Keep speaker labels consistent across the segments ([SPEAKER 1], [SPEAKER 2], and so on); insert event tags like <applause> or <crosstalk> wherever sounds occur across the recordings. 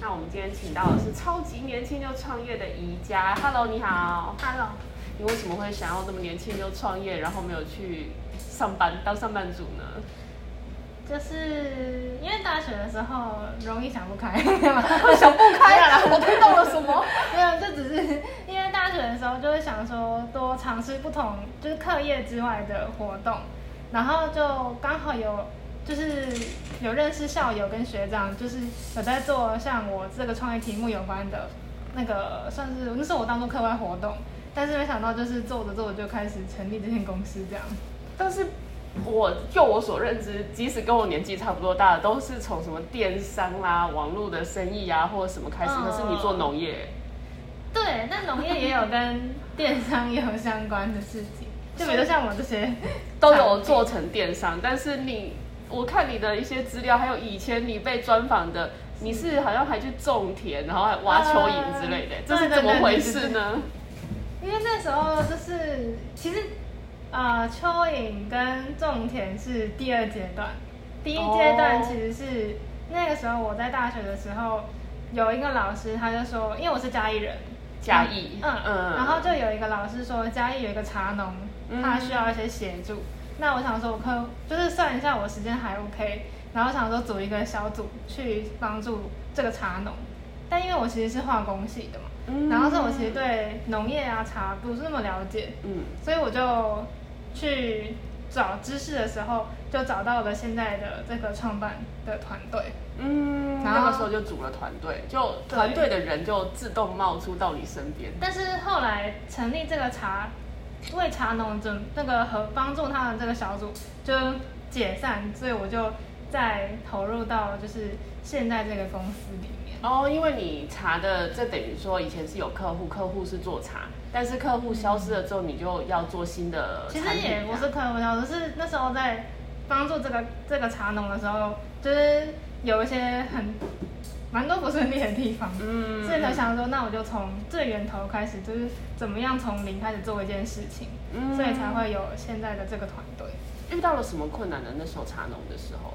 [SPEAKER 1] 那我们今天请到的是超级年轻就创业的宜家，Hello，你好。
[SPEAKER 2] Hello，
[SPEAKER 1] 你为什么会想要这么年轻就创业，然后没有去上班当上班族呢？
[SPEAKER 2] 就是因为大学的时候容易想不开，我
[SPEAKER 1] 我想不开了啦，我推动了什么？
[SPEAKER 2] <laughs> 没有，这只是因为大学的时候就会想说多尝试不同，就是课业之外的活动，然后就刚好有就是有认识校友跟学长，就是有在做像我这个创业题目有关的那个，算是那是我当做课外活动，但是没想到就是做着做着就开始成立这间公司这样。
[SPEAKER 1] 但是我就我所认知，即使跟我年纪差不多大的，都是从什么电商啦、网络的生意啊，或者什么开始。
[SPEAKER 2] 嗯
[SPEAKER 1] 可是你做农业，
[SPEAKER 2] 对，但农业也有跟电商也有相关的事情，就比如像我这些，
[SPEAKER 1] 都有做成电商，但是你，我看你的一些资料，还有以前你被专访的，你是好像还去种田，然后还挖蚯蚓之类的，
[SPEAKER 2] 嗯
[SPEAKER 1] 这是怎么回事呢？
[SPEAKER 2] 因为那时候就是其实呃蚯蚓跟种田是第二阶段，第一阶段
[SPEAKER 1] 哦
[SPEAKER 2] 其实是、那个时候我在大学的时候有一个老师，他就说，因为我是嘉义人，
[SPEAKER 1] 嘉义，
[SPEAKER 2] 嗯嗯，然后就有一个老师说嘉义有一个茶农，他需要一些协助。那我想说，我可就是算一下我时间还 OK，然后想说组一个小组去帮助这个茶农。但因为我其实是化工系的嘛，
[SPEAKER 1] 嗯
[SPEAKER 2] 然后是我其实对农业啊茶不是那么了解，
[SPEAKER 1] 嗯，
[SPEAKER 2] 所以我就去找知识的时候，就找到了现在的这个创办的团队。
[SPEAKER 1] 嗯，
[SPEAKER 2] 然后
[SPEAKER 1] 那个时候就组了团队，就团队的人就自动冒出到你身边。
[SPEAKER 2] 但是后来成立这个茶为茶农准那个和帮助他们这个小组就解散，所以我就再投入到就是现在这个公司里面。
[SPEAKER 1] 哦，因为你茶的，这等于说以前是有客户，客户是做茶，但是客户消失了之后，你就要做新的
[SPEAKER 2] 其
[SPEAKER 1] 产
[SPEAKER 2] 实
[SPEAKER 1] 品啊。
[SPEAKER 2] 也不是客户小组，是那时候在帮助这个这个茶农的时候，就是有一些很蛮多不顺利的地方，
[SPEAKER 1] 嗯
[SPEAKER 2] 所以才想说，那我就从最源头开始，就是怎么样从零开始做一件事情，
[SPEAKER 1] 嗯
[SPEAKER 2] 所以才会有现在的这个团队。
[SPEAKER 1] 遇到了什么困难呢？那时候茶农的时候，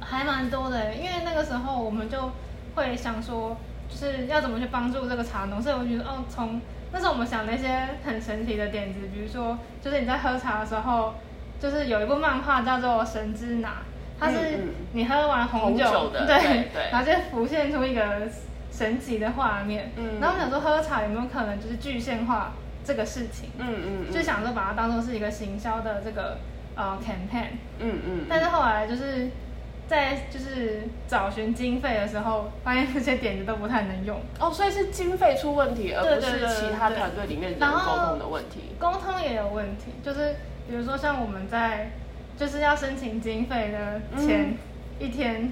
[SPEAKER 2] 还蛮多的，因为那个时候我们就会想说，就是要怎么去帮助这个茶农，所以我觉得哦，从那时候我们想了一些很神奇的点子，比如说，就是你在喝茶的时候，就是有一部漫画叫做《神之拿》，它是
[SPEAKER 1] 嗯嗯
[SPEAKER 2] 你喝完红酒，
[SPEAKER 1] 红酒的
[SPEAKER 2] 对
[SPEAKER 1] 对对
[SPEAKER 2] 然后就浮现出一个神奇的画面，
[SPEAKER 1] 嗯
[SPEAKER 2] 然后我想说喝茶有没有可能就是具现化这个事情，
[SPEAKER 1] 嗯嗯，
[SPEAKER 2] 就想说把它当做是一个行销的这个呃 campaign，
[SPEAKER 1] 嗯嗯，
[SPEAKER 2] 但是后来就是在就是找寻经费的时候，发现这些点子都不太能用，
[SPEAKER 1] 哦，所以是经费出问题，而不
[SPEAKER 2] 对
[SPEAKER 1] 是
[SPEAKER 2] 对
[SPEAKER 1] 其他
[SPEAKER 2] 对
[SPEAKER 1] 团队里面人
[SPEAKER 2] 然
[SPEAKER 1] 沟
[SPEAKER 2] 后
[SPEAKER 1] 通的问题。
[SPEAKER 2] 沟通也有问题，就是比如说像我们在就是要申请经费的前
[SPEAKER 1] 嗯
[SPEAKER 2] 一天。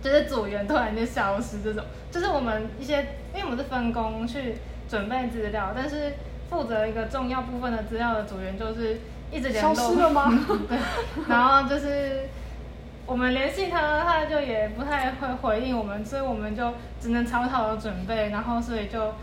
[SPEAKER 2] 就是组员突然就消失这种，就是我们一些，因为我们是分工去准备资料，但是负责一个重要部分的资料的组员就是一直联络
[SPEAKER 1] 消失了吗？
[SPEAKER 2] <laughs> 对，然后就是我们联系他，他就也不太会回应我们，所以我们就只能草草的准备，然后所以就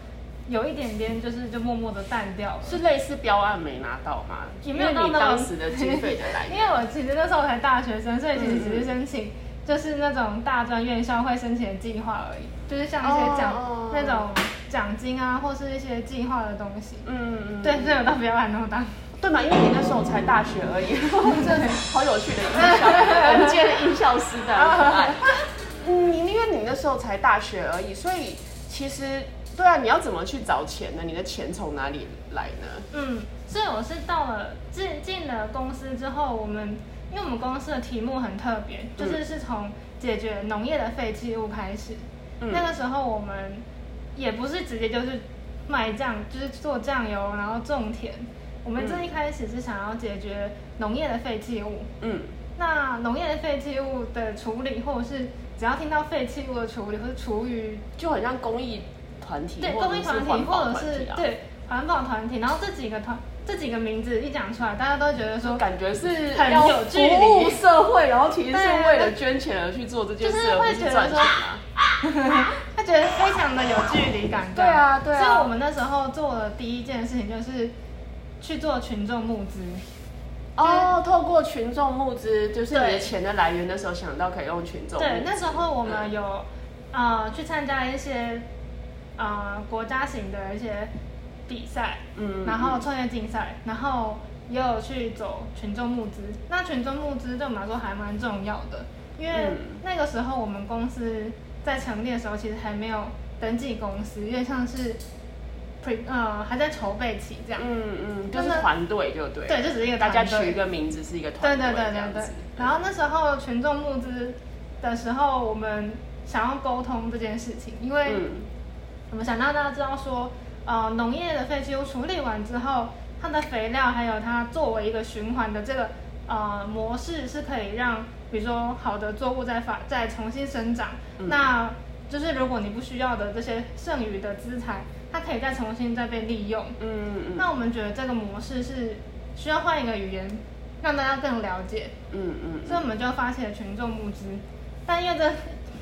[SPEAKER 2] 有一点点就是就默默的淡掉了。
[SPEAKER 1] 是类似标案没拿到吗？
[SPEAKER 2] 也没有
[SPEAKER 1] 因
[SPEAKER 2] 到
[SPEAKER 1] 为你
[SPEAKER 2] 那么
[SPEAKER 1] 当时的经费的来
[SPEAKER 2] 因
[SPEAKER 1] 源。
[SPEAKER 2] 为我其实那时候才大学生，所以其
[SPEAKER 1] 嗯
[SPEAKER 2] 实
[SPEAKER 1] 嗯
[SPEAKER 2] 只是申请就是那种大专院校会申请的计划而已，就是像一
[SPEAKER 1] 哦
[SPEAKER 2] 些奖、
[SPEAKER 1] 哦哦
[SPEAKER 2] 那种奖金啊，或是一些计划的东西。
[SPEAKER 1] <laughs> 嗯嗯，
[SPEAKER 2] 对，所以我倒不要玩那么大。
[SPEAKER 1] 对嘛，因为你那时候才大学而已， <laughs> 真的好有趣的音效，我们今天的音效师的 <laughs> 很可爱。 <laughs> 嗯，因为你那时候才大学而已，所以其实对啊，你要怎么去找钱呢？你的钱从哪里来呢？
[SPEAKER 2] 嗯，所以我是到了进进了公司之后，我们因为我们公司的题目很特别，就是是从解决农业的废弃物开始。
[SPEAKER 1] 嗯
[SPEAKER 2] 那个时候我们也不是直接就是卖酱，就是做酱油，然后种田。我们这一开始是想要解决农业的废弃物。
[SPEAKER 1] 嗯，
[SPEAKER 2] 那农业的废弃物的处理，或者是只要听到废弃物的处理，或是厨余
[SPEAKER 1] 就很像公益团体，
[SPEAKER 2] 对
[SPEAKER 1] 或者
[SPEAKER 2] 公益
[SPEAKER 1] 是
[SPEAKER 2] 团体
[SPEAKER 1] 环保
[SPEAKER 2] 或者
[SPEAKER 1] 团
[SPEAKER 2] 是
[SPEAKER 1] 体啊
[SPEAKER 2] 对环保团体，然后这几个团这几个名字一讲出来，大家都觉
[SPEAKER 1] <laughs>
[SPEAKER 2] 得说，
[SPEAKER 1] 感觉是
[SPEAKER 2] 很
[SPEAKER 1] 要
[SPEAKER 2] 有
[SPEAKER 1] 服
[SPEAKER 2] 距离
[SPEAKER 1] 务社会，然后其实是
[SPEAKER 2] 对啊
[SPEAKER 1] 为了捐钱而去做这件
[SPEAKER 2] 就
[SPEAKER 1] 事，
[SPEAKER 2] 是
[SPEAKER 1] 而不
[SPEAKER 2] 会
[SPEAKER 1] 是
[SPEAKER 2] 觉得
[SPEAKER 1] 赚钱
[SPEAKER 2] 说
[SPEAKER 1] 啊。
[SPEAKER 2] 他觉得非常的有距离感。
[SPEAKER 1] 对啊对啊
[SPEAKER 2] 所以我们那时候做的第一件事情就是去做群众募资。
[SPEAKER 1] 哦，透过群众募资，就是你的
[SPEAKER 2] 对
[SPEAKER 1] 钱的来源的时候，想到可以用群众募资。
[SPEAKER 2] 对，那时候我们有、呃去参加一些呃国家型的一些比赛，
[SPEAKER 1] 嗯
[SPEAKER 2] 然后创业竞赛，然后也有去走群众募资。那群众募资对我们来说还蛮重要的，因为
[SPEAKER 1] 嗯
[SPEAKER 2] 那个时候我们公司在成立的时候，其实还没有登记公司，有点像是 pre 呃还在筹备期这样。
[SPEAKER 1] 嗯嗯，就是
[SPEAKER 2] 那么
[SPEAKER 1] 团队就对了，
[SPEAKER 2] 对就只是一个
[SPEAKER 1] 大家
[SPEAKER 2] 团队
[SPEAKER 1] 取一个名字是一个团
[SPEAKER 2] 对
[SPEAKER 1] 队
[SPEAKER 2] 对对
[SPEAKER 1] 这样
[SPEAKER 2] 对对
[SPEAKER 1] 子。
[SPEAKER 2] 然后那时候群众募资的时候，我们想要沟通这件事情，因为
[SPEAKER 1] 嗯
[SPEAKER 2] 我们想让大家知道说，呃，农业的废弃物处理完之后，它的肥料还有它作为一个循环的这个呃模式，是可以让比如说好的作物再发再重新生长。
[SPEAKER 1] 嗯
[SPEAKER 2] 那就是如果你不需要的这些剩余的资产，它可以再重新再被利用。
[SPEAKER 1] 嗯嗯
[SPEAKER 2] 那我们觉得这个模式是需要换一个语言，让大家更了解，
[SPEAKER 1] 嗯嗯
[SPEAKER 2] 所以
[SPEAKER 1] 嗯，
[SPEAKER 2] 我们就发起了群众募资，但因为这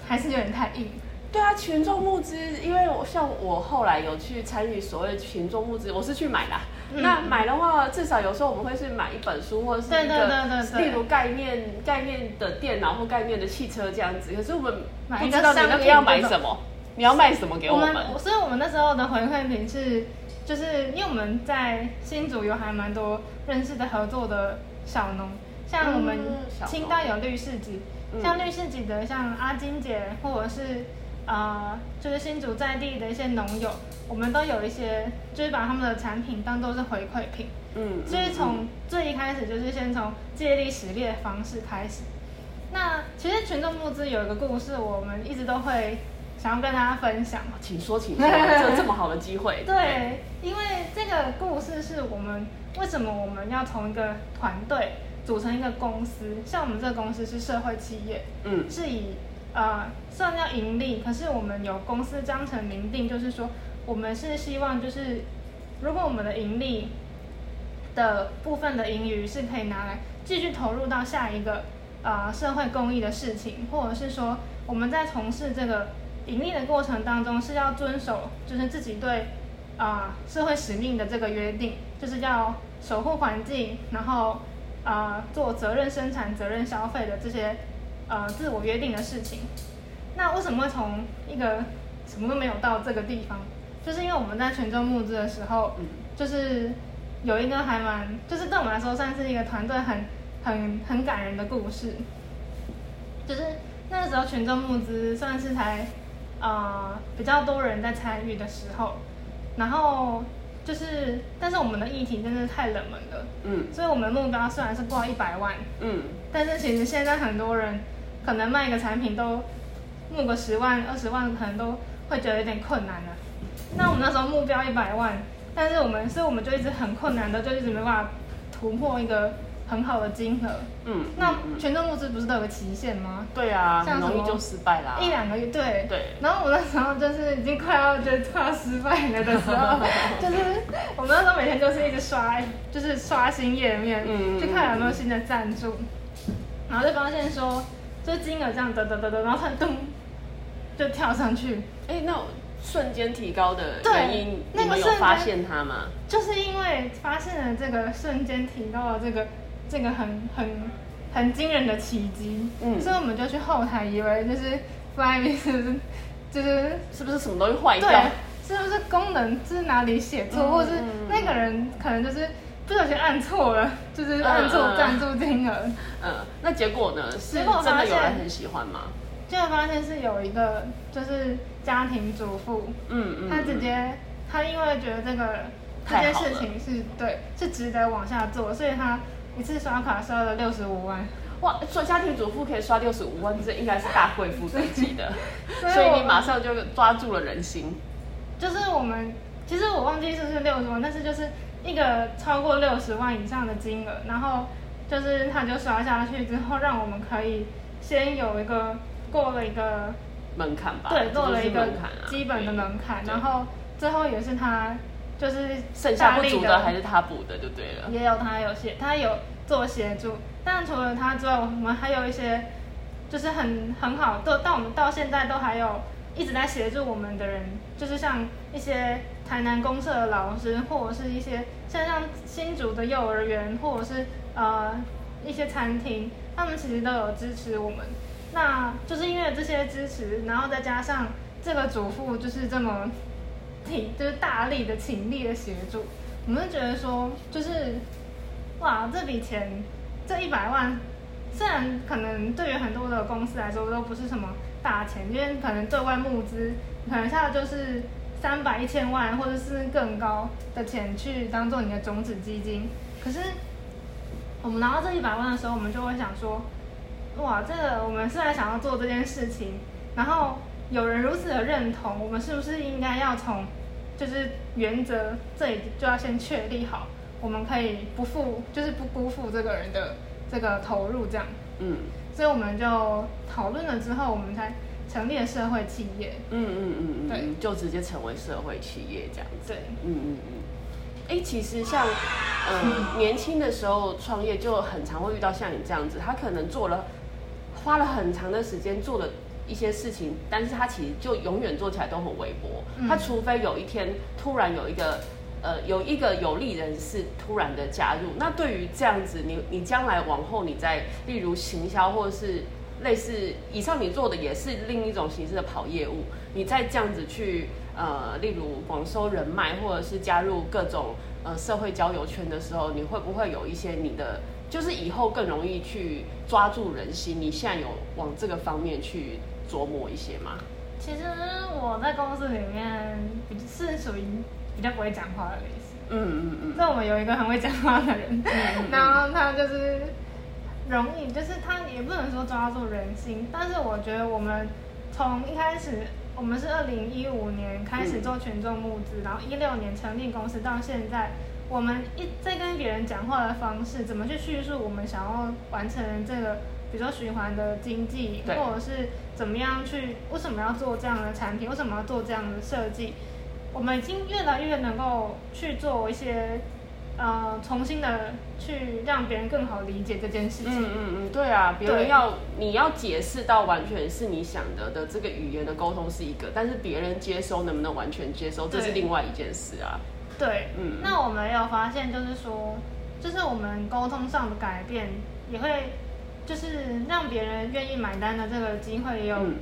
[SPEAKER 2] 还是有点太硬，
[SPEAKER 1] 对啊，群众募资，因为我像我后来有去参与所谓群众募资，我是去买啦。
[SPEAKER 2] 嗯
[SPEAKER 1] 那买的话，至少有时候我们会是买一本书，或者是
[SPEAKER 2] 对
[SPEAKER 1] 一
[SPEAKER 2] 对对
[SPEAKER 1] 个
[SPEAKER 2] 对，对
[SPEAKER 1] 例如概念概念的电脑或概念的汽车这样子。可是我们
[SPEAKER 2] 买
[SPEAKER 1] 不
[SPEAKER 2] 一
[SPEAKER 1] 知
[SPEAKER 2] 个
[SPEAKER 1] 道你
[SPEAKER 2] 商
[SPEAKER 1] 那个
[SPEAKER 2] 品
[SPEAKER 1] 要买
[SPEAKER 2] 这种
[SPEAKER 1] 什么，你要卖什么给我
[SPEAKER 2] 我
[SPEAKER 1] 们？
[SPEAKER 2] 们所以我们那时候的回馈品是，就是因为我们在新竹有还蛮多认识的合作的小农，像我们
[SPEAKER 1] 嗯小农
[SPEAKER 2] 清大有绿市集，
[SPEAKER 1] 嗯
[SPEAKER 2] 像绿市集的像阿金姐或者是呃就是新竹在地的一些农友，我们都有一些就是把他们的产品当做是回馈品，
[SPEAKER 1] 嗯，
[SPEAKER 2] 所以
[SPEAKER 1] 嗯
[SPEAKER 2] 从最一开始就是先从借力使力的方式开始。那其实群众募资有一个故事，我们一直都会想要跟大家分享。
[SPEAKER 1] 啊请说，请 <laughs> 说，这这么好的机会，
[SPEAKER 2] 对，因为这个故事是我们为什么我们要从一个团队组成一个公司，像我们这个公司是社会企业，
[SPEAKER 1] 嗯
[SPEAKER 2] 是以呃算要盈利，可是我们有公司章程明定，就是说我们是希望就是如果我们的盈利的部分的盈余是可以拿来继续投入到下一个呃社会公益的事情，或者是说我们在从事这个盈利的过程当中是要遵守就是自己对啊、呃社会使命的这个约定，就是要守护环境，然后呃做责任生产、责任消费的这些呃自我约定的事情。那为什么会从一个什么都没有到这个地方？就是因为我们在泉州募资的时候，
[SPEAKER 1] 嗯
[SPEAKER 2] 就是有一个还蛮，就是对我们来说算是一个团队很很很感人的故事。就是那个时候群众募资算是才呃比较多人在参与的时候，然后就是但是我们的议题真的太冷门了，
[SPEAKER 1] 嗯
[SPEAKER 2] 所以我们的目标虽然是过一百万，
[SPEAKER 1] 嗯，
[SPEAKER 2] 但是其实现在很多人可能卖一个产品都募个十万、二十万，可能都会觉得有点困难了。那我们那时候目标一百万，但是我们所以我们就一直很困难的，就一直没办法突破一个很好的金额。
[SPEAKER 1] 嗯，
[SPEAKER 2] 那
[SPEAKER 1] 嗯嗯
[SPEAKER 2] 权重募资不是都有个期限吗？
[SPEAKER 1] 对啊，很
[SPEAKER 2] 像什么
[SPEAKER 1] 容易就失败啦。
[SPEAKER 2] 一两个月，对
[SPEAKER 1] 对
[SPEAKER 2] 然后我那时候就是 <laughs> 已经快要觉得快要失败了的
[SPEAKER 1] <laughs>
[SPEAKER 2] 时候，就是我们那时候每天就是一直刷，就是刷新页面，
[SPEAKER 1] 嗯嗯嗯
[SPEAKER 2] 就看有没有新的赞助，然后就发现说，就金额这样得得得得，然后突然咚就跳上去，
[SPEAKER 1] 哎，那我瞬间提高的
[SPEAKER 2] 对
[SPEAKER 1] 原因，
[SPEAKER 2] 那
[SPEAKER 1] 你
[SPEAKER 2] 个
[SPEAKER 1] 们有
[SPEAKER 2] 瞬间
[SPEAKER 1] 发现它吗？
[SPEAKER 2] 就是因为发现了这个瞬间提到了这个这个很很很惊人的奇迹，
[SPEAKER 1] 嗯
[SPEAKER 2] 所以我们就去后台以为就是 Flyme 是不 <laughs> 是就是
[SPEAKER 1] 是不是什么东西坏
[SPEAKER 2] 对
[SPEAKER 1] 掉？，
[SPEAKER 2] 是不是功能是哪里写错，
[SPEAKER 1] 嗯
[SPEAKER 2] 或是
[SPEAKER 1] 嗯
[SPEAKER 2] 那个人可能就是不小心按错了， <laughs> 就是按
[SPEAKER 1] 嗯嗯
[SPEAKER 2] 错
[SPEAKER 1] 嗯
[SPEAKER 2] 赞助金额，
[SPEAKER 1] 嗯，那结果呢？是
[SPEAKER 2] 结果
[SPEAKER 1] 真的有
[SPEAKER 2] 发现
[SPEAKER 1] 人很喜欢吗？
[SPEAKER 2] 就会发现是有一个就是家庭主妇，
[SPEAKER 1] 嗯嗯，
[SPEAKER 2] 她直接她因为觉得这个这
[SPEAKER 1] 太
[SPEAKER 2] 件
[SPEAKER 1] 好了
[SPEAKER 2] 事情是对是值得往下做，所以她一次刷卡刷了六十五万，
[SPEAKER 1] 嗯哇，说家庭主妇可以刷六十五万，这应该是大贵妇等级 <laughs> 的，
[SPEAKER 2] 所以
[SPEAKER 1] 所以
[SPEAKER 2] 我
[SPEAKER 1] 你马上就抓住了人心。
[SPEAKER 2] 就是我们其实我忘记是不是六十万，但是就是一个超过六十万以上的金额，然后就是它就刷下去之后，让我们可以先有一个过了一个
[SPEAKER 1] 门槛吧，
[SPEAKER 2] 对
[SPEAKER 1] 这
[SPEAKER 2] 过
[SPEAKER 1] 就
[SPEAKER 2] 了
[SPEAKER 1] 是
[SPEAKER 2] 一个
[SPEAKER 1] 门槛啊
[SPEAKER 2] 基本的门槛，
[SPEAKER 1] 对
[SPEAKER 2] 然后最后也是他就是
[SPEAKER 1] 剩下
[SPEAKER 2] 大
[SPEAKER 1] 不
[SPEAKER 2] 力
[SPEAKER 1] 足
[SPEAKER 2] 的
[SPEAKER 1] 的还是他补的就对了。
[SPEAKER 2] 也有他有协，他有做协助，但除了他之外，我们还有一些就是很很好，都到我们到现在都还有一直在协助我们的人，就是像一些台南公社的老师，或者是一些像像新竹的幼儿园，或者是呃一些餐厅，他们其实都有支持我们。那就是因为这些支持，然后再加上这个主妇就是这么挺，就是大力的、勤力的协助，我们就觉得说，就是哇，这笔钱，这一百万，虽然可能对于很多的公司来说都不是什么大钱，因为可能对外募资，可能下就是三百、一千万，或者是更高的钱去当做你的种子基金，可是。我们拿到这一百万的时候，我们就会想说，哇，这个我们虽然想要做这件事情，然后有人如此的认同，我们是不是应该要从就是原则这里就要先确立好，我们可以不负就是不辜负这个人的这个投入这样。
[SPEAKER 1] 嗯
[SPEAKER 2] 所以我们就讨论了之后，我们才成立了社会企业。
[SPEAKER 1] 嗯嗯嗯嗯，
[SPEAKER 2] 对，
[SPEAKER 1] 就直接成为社会企业这样子。
[SPEAKER 2] 对，
[SPEAKER 1] 嗯嗯嗯。哎、其实像，呃，年轻的时候创业就很常会遇到像你这样子，他可能做了，花了很长的时间做了一些事情，但是他其实就永远做起来都很微薄。
[SPEAKER 2] 嗯
[SPEAKER 1] 他除非有一天突然有一个，呃，有一个有利人士突然的加入，那对于这样子，你你将来往后你在例如行销或者是类似以上你做的也是另一种形式的跑业务，你再这样子去呃，例如广收人脉，或者是加入各种呃社会交友圈的时候，你会不会有一些你的，就是以后更容易去抓住人心？你现在有往这个方面去琢磨一些吗？
[SPEAKER 2] 其实我在公司里面比是属于比较不会讲话的类型。
[SPEAKER 1] 嗯嗯嗯，
[SPEAKER 2] 那我们有一个很会讲话的人，然后他就是容易，就是他也不能说抓住人心，但是我觉得我们从一开始，我们是二零一五年开始做群众募资，然后一六年成立公司到现在，我们一在跟别人讲话的方式，怎么去叙述我们想要完成这个。比如说循环的经济，
[SPEAKER 1] 对
[SPEAKER 2] 或者是怎么样去，为什么要做这样的产品，为什么要做这样的设计，我们已经越来越能够去做一些，呃，重新的去让别人更好理解这件事情。
[SPEAKER 1] 嗯嗯嗯，对啊，别人
[SPEAKER 2] 对
[SPEAKER 1] 要你要解释到完全是你想的的这个语言的沟通是一个，但是别人接收能不能完全接收，这是
[SPEAKER 2] 对
[SPEAKER 1] 另外一件事啊。
[SPEAKER 2] 对，
[SPEAKER 1] 嗯
[SPEAKER 2] 那我们也有发现，就是说，就是我们沟通上的改变，也会就是让别人愿意买单的这个机会，也有、
[SPEAKER 1] 嗯，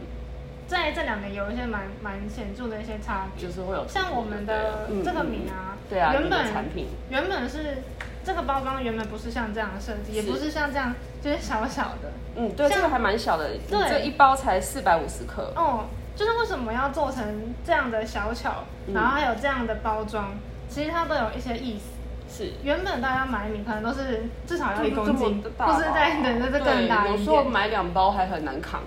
[SPEAKER 2] 在这两年有一些蛮蛮显著的一些差别。
[SPEAKER 1] 就是会有
[SPEAKER 2] 像我们的
[SPEAKER 1] 嗯
[SPEAKER 2] 这个
[SPEAKER 1] 嗯
[SPEAKER 2] 米啊，
[SPEAKER 1] 对啊，
[SPEAKER 2] 原
[SPEAKER 1] 你的
[SPEAKER 2] 本
[SPEAKER 1] 产品，
[SPEAKER 2] 原本是这个包装原本不是像这样的设计，也
[SPEAKER 1] 是
[SPEAKER 2] 不是像这样就是小小的。
[SPEAKER 1] 嗯，对，
[SPEAKER 2] 像
[SPEAKER 1] 这个还蛮小的，你
[SPEAKER 2] 对
[SPEAKER 1] 这一包才四百五十克，
[SPEAKER 2] 哦，就是为什么要做成这样的小巧，
[SPEAKER 1] 嗯
[SPEAKER 2] 然后还有这样的包装，其实它都有一些意思。
[SPEAKER 1] 是。
[SPEAKER 2] 原本大家买米啊可能都是至少要一
[SPEAKER 1] 这
[SPEAKER 2] 公
[SPEAKER 1] 么
[SPEAKER 2] 斤，
[SPEAKER 1] 大吧
[SPEAKER 2] 或是再等着这更大
[SPEAKER 1] 对有
[SPEAKER 2] 一
[SPEAKER 1] 时候
[SPEAKER 2] 点，
[SPEAKER 1] 买两包还很难扛。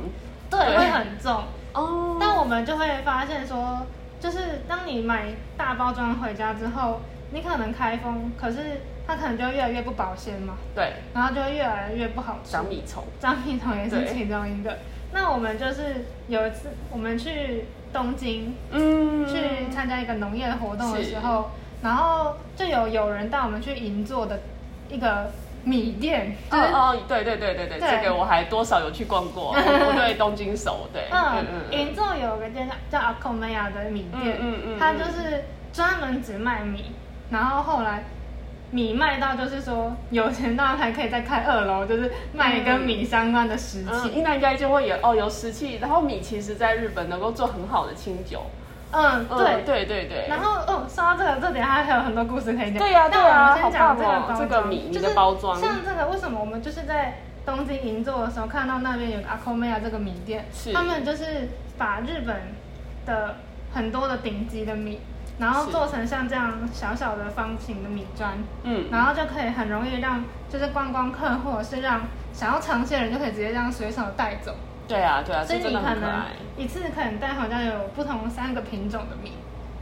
[SPEAKER 2] 对，
[SPEAKER 1] 对
[SPEAKER 2] 会很重。
[SPEAKER 1] 哦
[SPEAKER 2] 但我们就会发现说，就是当你买大包装回家之后，你可能开封，可是它可能就越来越不保鲜嘛，
[SPEAKER 1] 对
[SPEAKER 2] 然后就会越来越不好吃
[SPEAKER 1] 长。米虫，
[SPEAKER 2] 张品彤也是
[SPEAKER 1] 对
[SPEAKER 2] 其中一个。那我们就是有一次我们去东京，
[SPEAKER 1] 嗯
[SPEAKER 2] 去参加一个农业的活动的时候，然后就有有人带我们去银座的一个米店，
[SPEAKER 1] 哦
[SPEAKER 2] 就是
[SPEAKER 1] 哦，对对对对对，
[SPEAKER 2] 对
[SPEAKER 1] 这个我还多少有去逛
[SPEAKER 2] <laughs>
[SPEAKER 1] 过，我对东京熟，对，
[SPEAKER 2] 嗯，银座有个店叫叫 Akomaya 的米店，
[SPEAKER 1] 嗯嗯嗯嗯
[SPEAKER 2] 它就是专门只卖米，然后后来。米卖到就是说有钱到还可以再开二楼，就是卖跟米相关的食
[SPEAKER 1] 嗯，
[SPEAKER 2] 器。
[SPEAKER 1] 那应该就会有哦，有湿气。然后米其实在日本能够做很好的清酒，
[SPEAKER 2] 嗯，
[SPEAKER 1] 嗯
[SPEAKER 2] 对，
[SPEAKER 1] 对对对。
[SPEAKER 2] 然后，哦，说到这个，这点还有很多故事可以讲。
[SPEAKER 1] 对呀
[SPEAKER 2] 但
[SPEAKER 1] 对呀
[SPEAKER 2] 我们先讲
[SPEAKER 1] 好
[SPEAKER 2] 这
[SPEAKER 1] 棒
[SPEAKER 2] 个
[SPEAKER 1] 哦
[SPEAKER 2] 包装，
[SPEAKER 1] 这个米
[SPEAKER 2] 就
[SPEAKER 1] 你的
[SPEAKER 2] 是
[SPEAKER 1] 包装
[SPEAKER 2] 像这个，为什么我们就是在东京银座的时候看到那边有个阿 m 梅亚这个米店
[SPEAKER 1] 是，
[SPEAKER 2] 他们就是把日本的很多的顶级的米，然后
[SPEAKER 1] 是
[SPEAKER 2] 做成像这样小小的方形的米砖，
[SPEAKER 1] 嗯，
[SPEAKER 2] 然后就可以很容易让就是观光客或者是让想要尝鲜的人就可以直接这样随手带走，
[SPEAKER 1] 对啊对啊，
[SPEAKER 2] 所
[SPEAKER 1] 这
[SPEAKER 2] 以
[SPEAKER 1] 真
[SPEAKER 2] 你
[SPEAKER 1] 的
[SPEAKER 2] 可
[SPEAKER 1] 很可
[SPEAKER 2] 能
[SPEAKER 1] 爱。
[SPEAKER 2] 一次可能带回家有不同三个品种的米，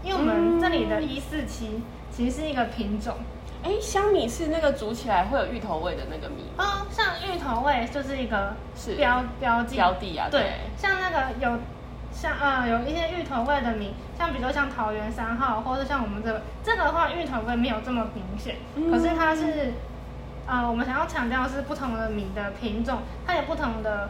[SPEAKER 2] 因为我们这里的
[SPEAKER 1] 嗯
[SPEAKER 2] 一四七其实是一个品种
[SPEAKER 1] 哎，香米是那个煮起来会有芋头味的那个米，
[SPEAKER 2] 哦，像芋头味就是一个
[SPEAKER 1] 是
[SPEAKER 2] 标标记
[SPEAKER 1] 标的啊，
[SPEAKER 2] 对，像那个有像呃有一些芋头味的米，像比如说像桃园三号，或者像我们这个这个的话，芋头味没有这么明显，
[SPEAKER 1] 嗯
[SPEAKER 2] 可是它是呃我们想要强调的是不同的米的品种，它有不同的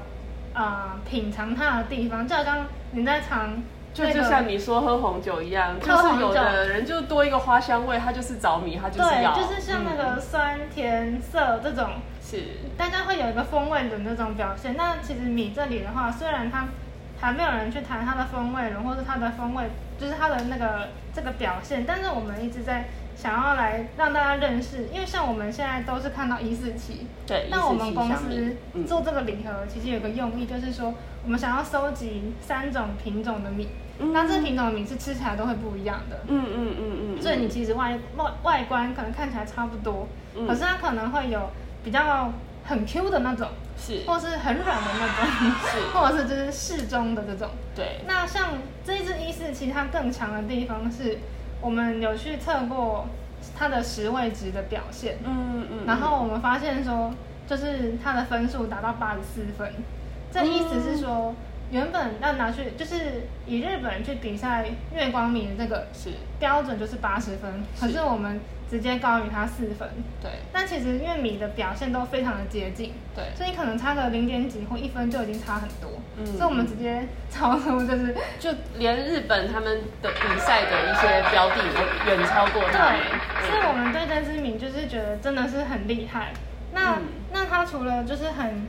[SPEAKER 2] 呃品尝它的地方，就好像你在尝、
[SPEAKER 1] 就
[SPEAKER 2] 那个。
[SPEAKER 1] 就像你说喝红酒一样，就
[SPEAKER 2] 喝红
[SPEAKER 1] 是
[SPEAKER 2] 酒
[SPEAKER 1] 有的人就多一个花香味，他就是着迷，他就是要，嗯
[SPEAKER 2] 对，就是像那个酸甜涩这种，
[SPEAKER 1] 是
[SPEAKER 2] 大家会有一个风味轮这种表现。那其实米这里的话，虽然它还没有人去谈它的风味轮，或者它的风味，就是它的那个这个表现，但是我们一直在想要来让大家认识，因为像我们现在都是看到一四七，
[SPEAKER 1] 对
[SPEAKER 2] 那我们
[SPEAKER 1] 147
[SPEAKER 2] 公
[SPEAKER 1] 香米
[SPEAKER 2] 司
[SPEAKER 1] 嗯
[SPEAKER 2] 做这个礼盒，其实有个用意，就是说我们想要收集三种品种的米，
[SPEAKER 1] 嗯
[SPEAKER 2] 那这品种的米是吃起来都会不一样的。
[SPEAKER 1] 嗯嗯嗯嗯，
[SPEAKER 2] 所以你其实外外外观可能看起来差不多，
[SPEAKER 1] 嗯
[SPEAKER 2] 可是它可能会有比较很 Q 的那种，
[SPEAKER 1] 是
[SPEAKER 2] 或是很软的那种，
[SPEAKER 1] <laughs> 是
[SPEAKER 2] 或者是就是适中的这种。
[SPEAKER 1] 对，
[SPEAKER 2] 那像这一支一四七，它更强的地方是我们有去测过它的十位值的表现，
[SPEAKER 1] 嗯嗯，
[SPEAKER 2] 然后我们发现说，就是它的分数达到八十四分，这意思是
[SPEAKER 1] 哦
[SPEAKER 2] 说，原本要拿去就是以日本人去比赛月光米的这个
[SPEAKER 1] 是
[SPEAKER 2] 标准就是八十分，可是我们直接高于它四分。
[SPEAKER 1] 对
[SPEAKER 2] 但其实因为米的表现都非常的接近，
[SPEAKER 1] 对
[SPEAKER 2] 所以可能差个零点几或一分就已经差很多。
[SPEAKER 1] 嗯
[SPEAKER 2] 所以我们直接超出就是
[SPEAKER 1] 就连日本他们的比赛的一些标的都远超过他嗯们。
[SPEAKER 2] 对，所以我们对这支米就是觉得真的是很厉害。那、
[SPEAKER 1] 嗯
[SPEAKER 2] 那它除了就是很，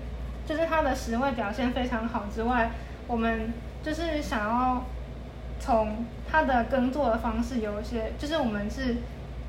[SPEAKER 2] 就是它的实味表现非常好之外，我们就是想要从它的耕作的方式有一些，就是我们是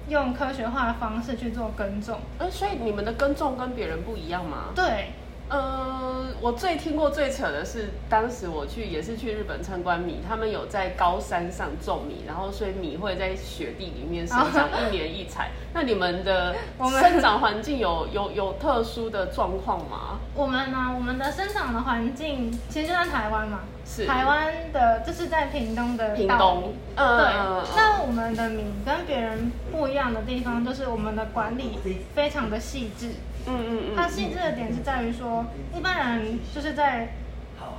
[SPEAKER 2] 用科学化的方式去做耕种。
[SPEAKER 1] 呃，所以你们的耕种跟别人不一样吗？
[SPEAKER 2] 对，
[SPEAKER 1] 呃，我最听过最扯的是，当时我去也是去日本参观米，他们有在高山上种米，然后所以米会在雪地里面生长，一年一 <laughs> 采。那你们的
[SPEAKER 2] 我们
[SPEAKER 1] 生长环境 <laughs> 有有有特殊的状况吗？
[SPEAKER 2] 我们呢、我们的生长的环境其实就在台湾嘛，
[SPEAKER 1] 是
[SPEAKER 2] 台湾的，就是在屏东的
[SPEAKER 1] 屏
[SPEAKER 2] 稻
[SPEAKER 1] 东
[SPEAKER 2] 米，
[SPEAKER 1] 嗯
[SPEAKER 2] 对
[SPEAKER 1] 嗯，
[SPEAKER 2] 那我们的米跟别人不一样的地方，就是我们的管理非常的细致。
[SPEAKER 1] 嗯嗯
[SPEAKER 2] 它细致的点是在于说，一般人就是在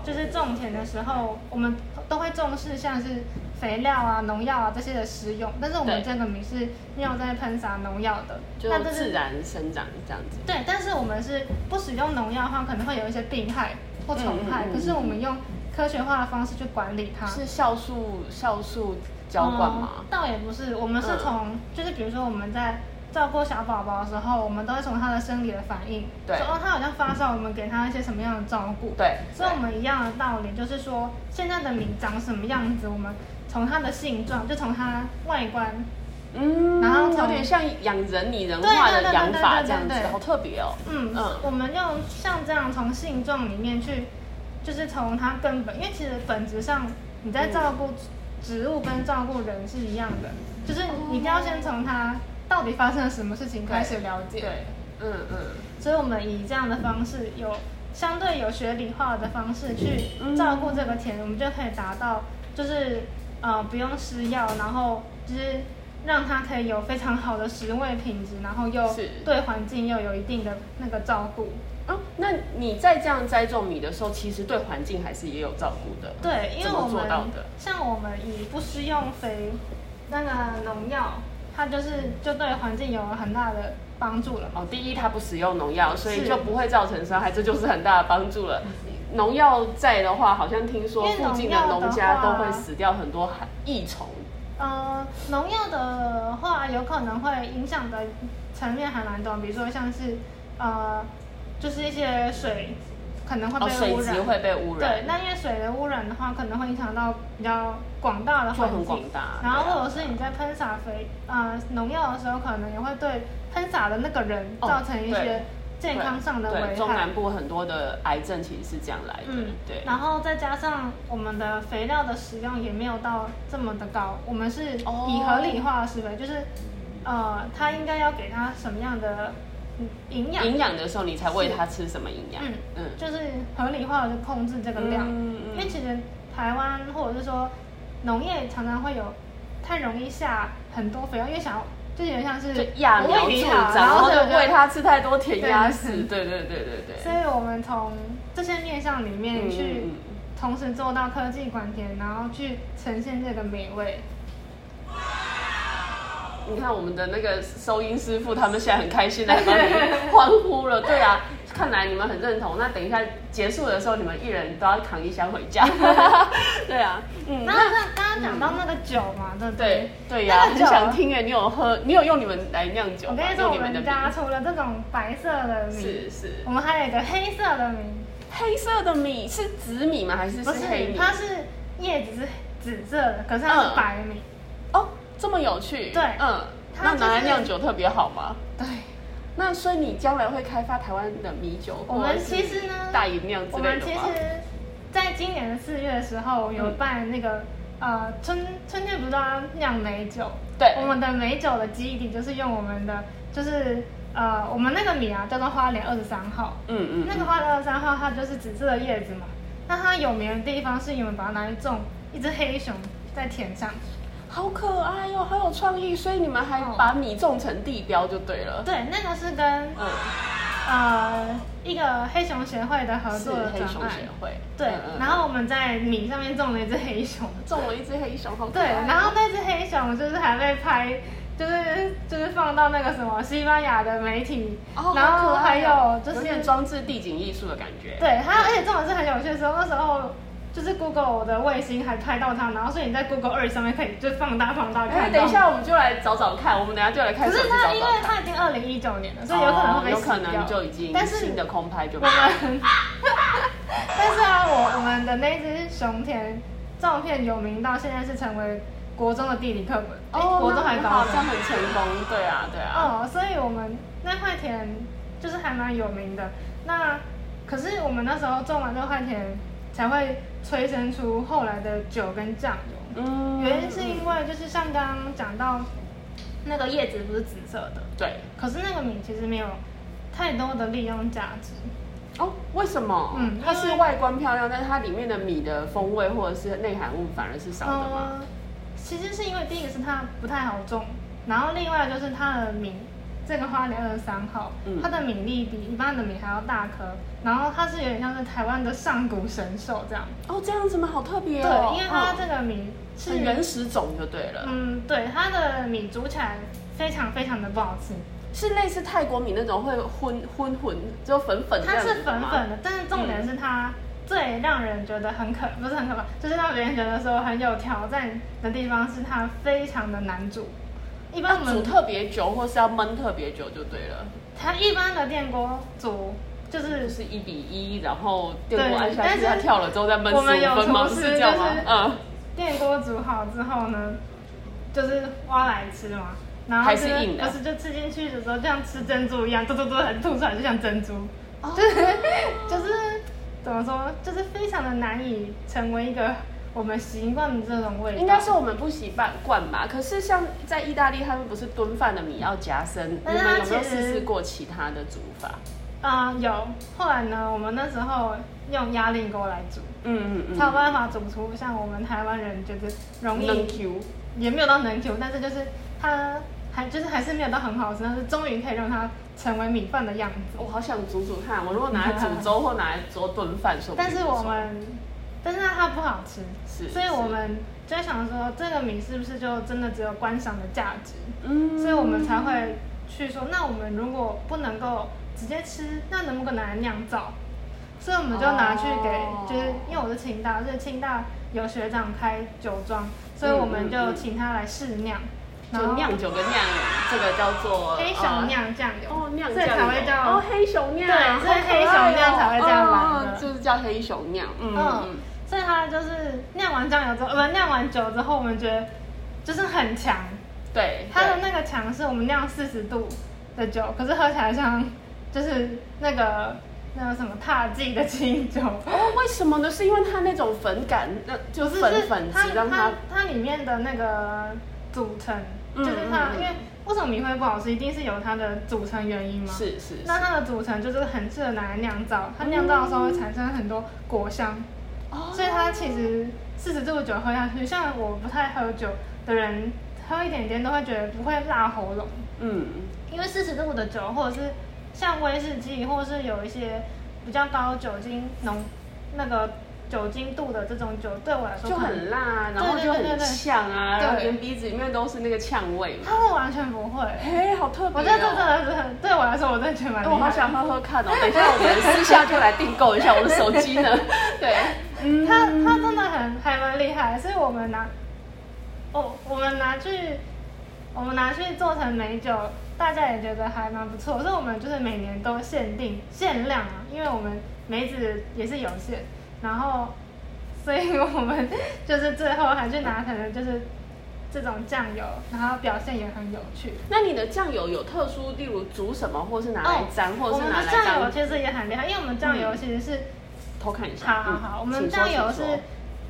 [SPEAKER 2] 就是种田的时候，我们都会重视像是肥料啊、农药啊这些的使用，但是我们
[SPEAKER 1] 对
[SPEAKER 2] 这个米是没有在喷洒农药的，
[SPEAKER 1] 就
[SPEAKER 2] 那这
[SPEAKER 1] 自
[SPEAKER 2] 是
[SPEAKER 1] 然生长这样子。
[SPEAKER 2] 对，但是我们是不使用农药的话，可能会有一些病害或虫害，
[SPEAKER 1] 嗯嗯嗯
[SPEAKER 2] 可是我们用科学化的方式去管理它。
[SPEAKER 1] 是酵素酵素浇灌吗
[SPEAKER 2] 嗯？倒也不是，我们是
[SPEAKER 1] 嗯
[SPEAKER 2] 从、就是比如说我们在照顾小宝宝的时候，我们都会从他的生理的反应，
[SPEAKER 1] 对
[SPEAKER 2] 说哦他好像发烧，我们给他一些什么样的照顾。
[SPEAKER 1] 对
[SPEAKER 2] 所以我们一样的道理就是说，现在的米长什么样子，我们从它的性状，就从它外观，
[SPEAKER 1] 嗯，
[SPEAKER 2] 然后从
[SPEAKER 1] 有点像养人拟人化的
[SPEAKER 2] 对对对对
[SPEAKER 1] 养法
[SPEAKER 2] 对对对
[SPEAKER 1] 这样子
[SPEAKER 2] 对，对
[SPEAKER 1] 好特别哦。
[SPEAKER 2] 嗯，
[SPEAKER 1] 嗯
[SPEAKER 2] 我们用像这样从性状里面去，就是从它根本，因为其实本质上你在照顾植物跟照顾人是一样的，就是你一定要先从它到底发生了什么事情开始了解。
[SPEAKER 1] 对，嗯嗯。
[SPEAKER 2] 所以我们以这样的方式，有相对有学理化的方式
[SPEAKER 1] 嗯
[SPEAKER 2] 去照顾这个田，我们就可以达到就是呃不用施药，然后就是让它可以有非常好的食味品质，然后又
[SPEAKER 1] 是
[SPEAKER 2] 对环境又有一定的那个照顾。
[SPEAKER 1] 啊，那你在这样栽种米的时候，其实对环境还是也有照顾的。
[SPEAKER 2] 对，因为
[SPEAKER 1] 怎
[SPEAKER 2] 我
[SPEAKER 1] 么做
[SPEAKER 2] 们
[SPEAKER 1] 到的？
[SPEAKER 2] 像我们以不施用肥那个农药，它就是就对环境有了很大的帮助了嘛。
[SPEAKER 1] 哦，第一，它不使用农药，所以
[SPEAKER 2] 是嗯
[SPEAKER 1] 就不会造成伤害，这就是很大的帮助了。 <laughs> 农药在的话，好像听说
[SPEAKER 2] 因为
[SPEAKER 1] 附近的
[SPEAKER 2] 农药的
[SPEAKER 1] 农家都
[SPEAKER 2] 话
[SPEAKER 1] 会死掉很多害益虫。
[SPEAKER 2] 呃，农药的话，有可能会影响的层面还蛮多，比如说像是呃，就是一些水可能会
[SPEAKER 1] 哦，
[SPEAKER 2] 被
[SPEAKER 1] 水
[SPEAKER 2] 污染。
[SPEAKER 1] 质会被污染。
[SPEAKER 2] 对，那因为水的污染的话，可能会影响到比较广大的环
[SPEAKER 1] 就很
[SPEAKER 2] 境，
[SPEAKER 1] 广大
[SPEAKER 2] 然
[SPEAKER 1] 对啊
[SPEAKER 2] 后或者是你在喷洒肥呃农药的时候，可能也会对喷洒的那个人
[SPEAKER 1] 哦
[SPEAKER 2] 造成一些
[SPEAKER 1] 对
[SPEAKER 2] 健康上的危害。
[SPEAKER 1] 对，中南部很多的癌症其实是这样来的。
[SPEAKER 2] 嗯，
[SPEAKER 1] 对。
[SPEAKER 2] 然后再加上我们的肥料的使用也没有到这么的高，我们是
[SPEAKER 1] 哦
[SPEAKER 2] 以合理化的施肥，就是呃，它应该要给它什么样的嗯营养，
[SPEAKER 1] 营养的时候，你才喂它吃什么营养？
[SPEAKER 2] 嗯
[SPEAKER 1] 嗯
[SPEAKER 2] 就是合理化的控制这个量。
[SPEAKER 1] 嗯
[SPEAKER 2] 因为其实台湾或者是说农业常常会有太容易下很多肥料，因为想要就有点像是
[SPEAKER 1] 就揠
[SPEAKER 2] 我
[SPEAKER 1] 苗
[SPEAKER 2] 喂你
[SPEAKER 1] 助长，
[SPEAKER 2] 好
[SPEAKER 1] 哦然后
[SPEAKER 2] 所以
[SPEAKER 1] 就
[SPEAKER 2] 我就
[SPEAKER 1] 喂它吃太多填鸭
[SPEAKER 2] 对
[SPEAKER 1] 式。对对对对对。
[SPEAKER 2] 所以我们从这些面向里面去
[SPEAKER 1] 嗯嗯嗯，
[SPEAKER 2] 同时做到科技管田，然后去呈现这个美味。
[SPEAKER 1] 你看我们的那个收音师傅，他们现在很开心的帮你欢呼了。对
[SPEAKER 2] <laughs>
[SPEAKER 1] 啊，看来你们很认同。那等一下结束的时候，你们一人都要扛一箱回
[SPEAKER 2] <laughs>
[SPEAKER 1] 家。对啊，嗯，
[SPEAKER 2] 然后那刚刚讲到那个酒嘛，对不
[SPEAKER 1] 对
[SPEAKER 2] 对？
[SPEAKER 1] 对呀、
[SPEAKER 2] 那
[SPEAKER 1] 很
[SPEAKER 2] 个酒
[SPEAKER 1] 想听哎，你有喝？你有用你们来酿酒吗？
[SPEAKER 2] 我跟你说，
[SPEAKER 1] 用
[SPEAKER 2] 我
[SPEAKER 1] 们的
[SPEAKER 2] 们
[SPEAKER 1] 名
[SPEAKER 2] 家除了这种白色的米，
[SPEAKER 1] 是是
[SPEAKER 2] 我们还有一个黑色的米，
[SPEAKER 1] 黑色的米是紫米吗？还是
[SPEAKER 2] 不
[SPEAKER 1] 是黑米？
[SPEAKER 2] 它是叶子是紫色的，可是它
[SPEAKER 1] 嗯
[SPEAKER 2] 是白米。
[SPEAKER 1] 哦，这么有趣。
[SPEAKER 2] 对
[SPEAKER 1] 嗯，那
[SPEAKER 2] 它就是
[SPEAKER 1] 拿来酿酒特别好吗？
[SPEAKER 2] 对，
[SPEAKER 1] 那所以你将来会开发台湾的米酒，
[SPEAKER 2] 我们其实呢
[SPEAKER 1] 或者是大吟酿之
[SPEAKER 2] 我
[SPEAKER 1] 类
[SPEAKER 2] 们
[SPEAKER 1] 的
[SPEAKER 2] 其实
[SPEAKER 1] 吗？
[SPEAKER 2] 在今年的四月的时候有办那个。
[SPEAKER 1] 嗯
[SPEAKER 2] 呃，春春天不是都要酿美酒？
[SPEAKER 1] 对
[SPEAKER 2] 我们的美酒的基底就是用我们的，就是呃，我们那个米啊叫做花莲二十三号，
[SPEAKER 1] 嗯嗯，
[SPEAKER 2] 那个花的二三号它就是紫色的叶子嘛，那它有名的地方是你们把它拿去种一只黑熊在田上，
[SPEAKER 1] 好可爱哟、好有创意，所以你们还
[SPEAKER 2] 哦
[SPEAKER 1] 把米种成地标就对了。
[SPEAKER 2] 对，那个是跟
[SPEAKER 1] 嗯，
[SPEAKER 2] 呃一个黑熊协会的合
[SPEAKER 1] 是
[SPEAKER 2] 作的
[SPEAKER 1] 黑
[SPEAKER 2] 专
[SPEAKER 1] 熊
[SPEAKER 2] 案
[SPEAKER 1] 协，会。
[SPEAKER 2] 对
[SPEAKER 1] 嗯，嗯
[SPEAKER 2] 然后我们在米上面种了一只黑熊，
[SPEAKER 1] 种了一只黑熊，好可
[SPEAKER 2] 对，
[SPEAKER 1] 爱哦
[SPEAKER 2] 然后那只黑熊就是还被拍。就是就是放到那个什么西班牙的媒体，
[SPEAKER 1] 哦，
[SPEAKER 2] 然
[SPEAKER 1] 好可
[SPEAKER 2] 后
[SPEAKER 1] 爱
[SPEAKER 2] 还有
[SPEAKER 1] 哦
[SPEAKER 2] 就是
[SPEAKER 1] 有点装置地景艺术的感觉。
[SPEAKER 2] 对，它而且这种是很有趣的时候，那时候就是 Google 的卫星还拍到它，然后所以你在 Google Earth 上面可以就放大放大
[SPEAKER 1] 哎，
[SPEAKER 2] 看到。
[SPEAKER 1] 等一，下我们就来找找看，我们等一下就来看
[SPEAKER 2] 可
[SPEAKER 1] 手机
[SPEAKER 2] 是
[SPEAKER 1] 找
[SPEAKER 2] 它因为
[SPEAKER 1] 找看。
[SPEAKER 2] 它已经二零一九年了，所以有可能会
[SPEAKER 1] 哦
[SPEAKER 2] 被
[SPEAKER 1] 有
[SPEAKER 2] 洗掉。
[SPEAKER 1] 可能就已经，
[SPEAKER 2] 但是 <laughs>
[SPEAKER 1] 新的空拍就 <laughs>
[SPEAKER 2] 我们，但是啊，我我们的那只熊田照片有名到现在是成为国中的地理课
[SPEAKER 1] 哦
[SPEAKER 2] 本，哎国中还
[SPEAKER 1] 好
[SPEAKER 2] 高
[SPEAKER 1] 这
[SPEAKER 2] 中
[SPEAKER 1] 样。很成功，对啊，对啊，
[SPEAKER 2] 哦，所以我们那块田就是还蛮有名的。那可是我们那时候种完那块田，才会催生出后来的酒跟酱油。
[SPEAKER 1] 嗯
[SPEAKER 2] 原因是因为就是像刚刚讲到，那个叶子不是紫色的，
[SPEAKER 1] 对，
[SPEAKER 2] 可是那个米其实没有太多的利用价值。
[SPEAKER 1] 哦，为什么？
[SPEAKER 2] 嗯
[SPEAKER 1] 它
[SPEAKER 2] 因
[SPEAKER 1] 是
[SPEAKER 2] 为
[SPEAKER 1] 外观漂亮，但是它里面的米的风味或者是内含物反而是少的嘛？
[SPEAKER 2] 呃，其实是因为第一个是它不太好种，然后另外就是它的米，这个花莲二十三号，
[SPEAKER 1] 嗯
[SPEAKER 2] 它的米粒比一般的米还要大颗，然后它是有点像是台湾的上古神兽这样。
[SPEAKER 1] 哦，这样子吗？好特别哦，
[SPEAKER 2] 对，因为它这
[SPEAKER 1] 嗯
[SPEAKER 2] 个米是、
[SPEAKER 1] 很原始种就对了，
[SPEAKER 2] 嗯，对，它的米煮起来非常非常的不好吃，
[SPEAKER 1] 是类似泰国米那种会昏昏混，就粉粉这
[SPEAKER 2] 它
[SPEAKER 1] 样子
[SPEAKER 2] 是粉
[SPEAKER 1] 吗
[SPEAKER 2] 粉的，但是重点是它。最让人觉得很可不是很可怕， <laughs> 就是让别人觉得说很有挑战的地方是它非常的难煮。一般我
[SPEAKER 1] 要
[SPEAKER 2] 们
[SPEAKER 1] 煮特别久，或是要焖特别久就对了，
[SPEAKER 2] 它一般的电锅煮就是
[SPEAKER 1] 就是一比一，然后电锅
[SPEAKER 2] 对
[SPEAKER 1] 按下
[SPEAKER 2] 但
[SPEAKER 1] 去，
[SPEAKER 2] 是
[SPEAKER 1] 它跳了之后再焖
[SPEAKER 2] 我们
[SPEAKER 1] 十五
[SPEAKER 2] 有
[SPEAKER 1] 分吗？
[SPEAKER 2] 厨
[SPEAKER 1] 是
[SPEAKER 2] 师
[SPEAKER 1] 这样吗
[SPEAKER 2] 就是？
[SPEAKER 1] 嗯。
[SPEAKER 2] 电锅煮好之后呢，就是挖来吃嘛，然后
[SPEAKER 1] 还
[SPEAKER 2] 就是
[SPEAKER 1] 硬的
[SPEAKER 2] 不是就吃进去的时候就像吃珍珠一样，嘟嘟嘟很吐出来，就像珍珠，
[SPEAKER 1] 哦
[SPEAKER 2] <laughs> 就是就是怎么说，就是非常的难以成为一个我们习惯的这种味道。
[SPEAKER 1] 应该是我们不习惯惯吧，可是像在意大利，他们不是炖饭的米要夹生，你
[SPEAKER 2] 但是它
[SPEAKER 1] 们有没有
[SPEAKER 2] 其实
[SPEAKER 1] 试试过其他的煮法？
[SPEAKER 2] 啊、有。后来呢，我们那时候用压力锅来煮，
[SPEAKER 1] 嗯嗯
[SPEAKER 2] 才有办法煮出像我们台湾人觉得容易
[SPEAKER 1] 能 Q
[SPEAKER 2] 也没有到能 Q，但是就是它还就是还是没有到很好吃，但是终于可以让它成为米饭的样子。
[SPEAKER 1] 我好想煮煮看，我如果拿来煮粥或拿来做炖饭，说不定
[SPEAKER 2] 但
[SPEAKER 1] 不错
[SPEAKER 2] 是我们，但是它不好吃，
[SPEAKER 1] 是
[SPEAKER 2] 所以
[SPEAKER 1] 是
[SPEAKER 2] 我们就在想说，这个米是不是就真的只有观赏的价值？
[SPEAKER 1] 嗯
[SPEAKER 2] 所以我们才会去说，那我们如果不能够直接吃，那能不能拿来酿造？所以我们就拿去给，
[SPEAKER 1] 哦
[SPEAKER 2] 就是因为我是清大，所以清大有学长开酒庄，所以我们
[SPEAKER 1] 嗯嗯
[SPEAKER 2] 就
[SPEAKER 1] 嗯
[SPEAKER 2] 请他来试酿，然
[SPEAKER 1] 就
[SPEAKER 2] 后
[SPEAKER 1] 酿酒跟酿这个叫做
[SPEAKER 2] 黑熊。酿酱
[SPEAKER 1] 呃
[SPEAKER 2] 油，
[SPEAKER 1] 哦，酿
[SPEAKER 2] 所以才
[SPEAKER 1] 酱
[SPEAKER 2] 会叫
[SPEAKER 1] 油哦，黑熊酿，
[SPEAKER 2] 对所以黑熊酿才会这样
[SPEAKER 1] 玩
[SPEAKER 2] 玩的
[SPEAKER 1] 哦就是叫黑熊酿，嗯嗯
[SPEAKER 2] 嗯
[SPEAKER 1] 嗯，，
[SPEAKER 2] 所以它就是酿完酱油之后，呃不酿完酒之后，我们觉得就是很强，
[SPEAKER 1] 对，
[SPEAKER 2] 它的
[SPEAKER 1] 对
[SPEAKER 2] 那个强是我们酿四十度的酒，可是喝起来像就是那个那个什么踏剂的
[SPEAKER 1] <laughs>
[SPEAKER 2] 清酒，
[SPEAKER 1] 哦，为什么呢？是因为它那种粉感，那就
[SPEAKER 2] 不是
[SPEAKER 1] 粉
[SPEAKER 2] 是
[SPEAKER 1] 粉
[SPEAKER 2] 它
[SPEAKER 1] 质让
[SPEAKER 2] 它
[SPEAKER 1] 它
[SPEAKER 2] 它里面的那个组成，
[SPEAKER 1] 嗯
[SPEAKER 2] 就是它
[SPEAKER 1] 嗯嗯
[SPEAKER 2] 因为为什么米会不好吃，一定是有它的组成原因嘛，
[SPEAKER 1] 是是
[SPEAKER 2] 那
[SPEAKER 1] 是
[SPEAKER 2] 它的组成就是很适合拿来酿造，它酿造的时候会产生很多果香，
[SPEAKER 1] 哦
[SPEAKER 2] 所以它其实四十度的酒喝下去，像我不太喝酒的人，喝一点点都会觉得不会辣喉咙，
[SPEAKER 1] 嗯，
[SPEAKER 2] 因为四十度的酒或者是像威士忌，或者是有一些比较高酒精浓那个酒精度的这种酒，对我来说
[SPEAKER 1] 就
[SPEAKER 2] 可能
[SPEAKER 1] 很辣啊，然后
[SPEAKER 2] 对对
[SPEAKER 1] 就
[SPEAKER 2] 对
[SPEAKER 1] 很
[SPEAKER 2] 对对
[SPEAKER 1] 呛啊，然后
[SPEAKER 2] 对
[SPEAKER 1] 连鼻子里面都是那个呛味嘛。
[SPEAKER 2] 他们完全不会。
[SPEAKER 1] 嘿，好特别哦！
[SPEAKER 2] 我觉得这真的是很对我来说，我真的觉得
[SPEAKER 1] 哎
[SPEAKER 2] 蛮厉害的。
[SPEAKER 1] 我好想喝喝看哦，等一下我们私下就来订购一下，我的手机
[SPEAKER 2] <laughs>
[SPEAKER 1] 呢？对，嗯，
[SPEAKER 2] 他他真的很还蛮厉害，所以我们拿，哦，我们拿去，我们拿去做成美酒，大家也觉得还蛮不错，所以我们就是每年都限定限量啊，因为我们梅子也是有限，然后，所以我们就是最后还去拿成了就是这种酱油，然后表现也很有趣。
[SPEAKER 1] 那你的酱油有特殊，例如煮什么，或是拿来
[SPEAKER 2] 哦
[SPEAKER 1] 沾，或
[SPEAKER 2] 我
[SPEAKER 1] 是
[SPEAKER 2] 们
[SPEAKER 1] 拿
[SPEAKER 2] 的
[SPEAKER 1] 来
[SPEAKER 2] 酱油
[SPEAKER 1] 当
[SPEAKER 2] 其实也很厉害，因为我们酱油其实是。
[SPEAKER 1] 偷看一下。
[SPEAKER 2] 好好
[SPEAKER 1] 嗯
[SPEAKER 2] 好，我们
[SPEAKER 1] 请说
[SPEAKER 2] 酱油
[SPEAKER 1] 请
[SPEAKER 2] 是
[SPEAKER 1] 说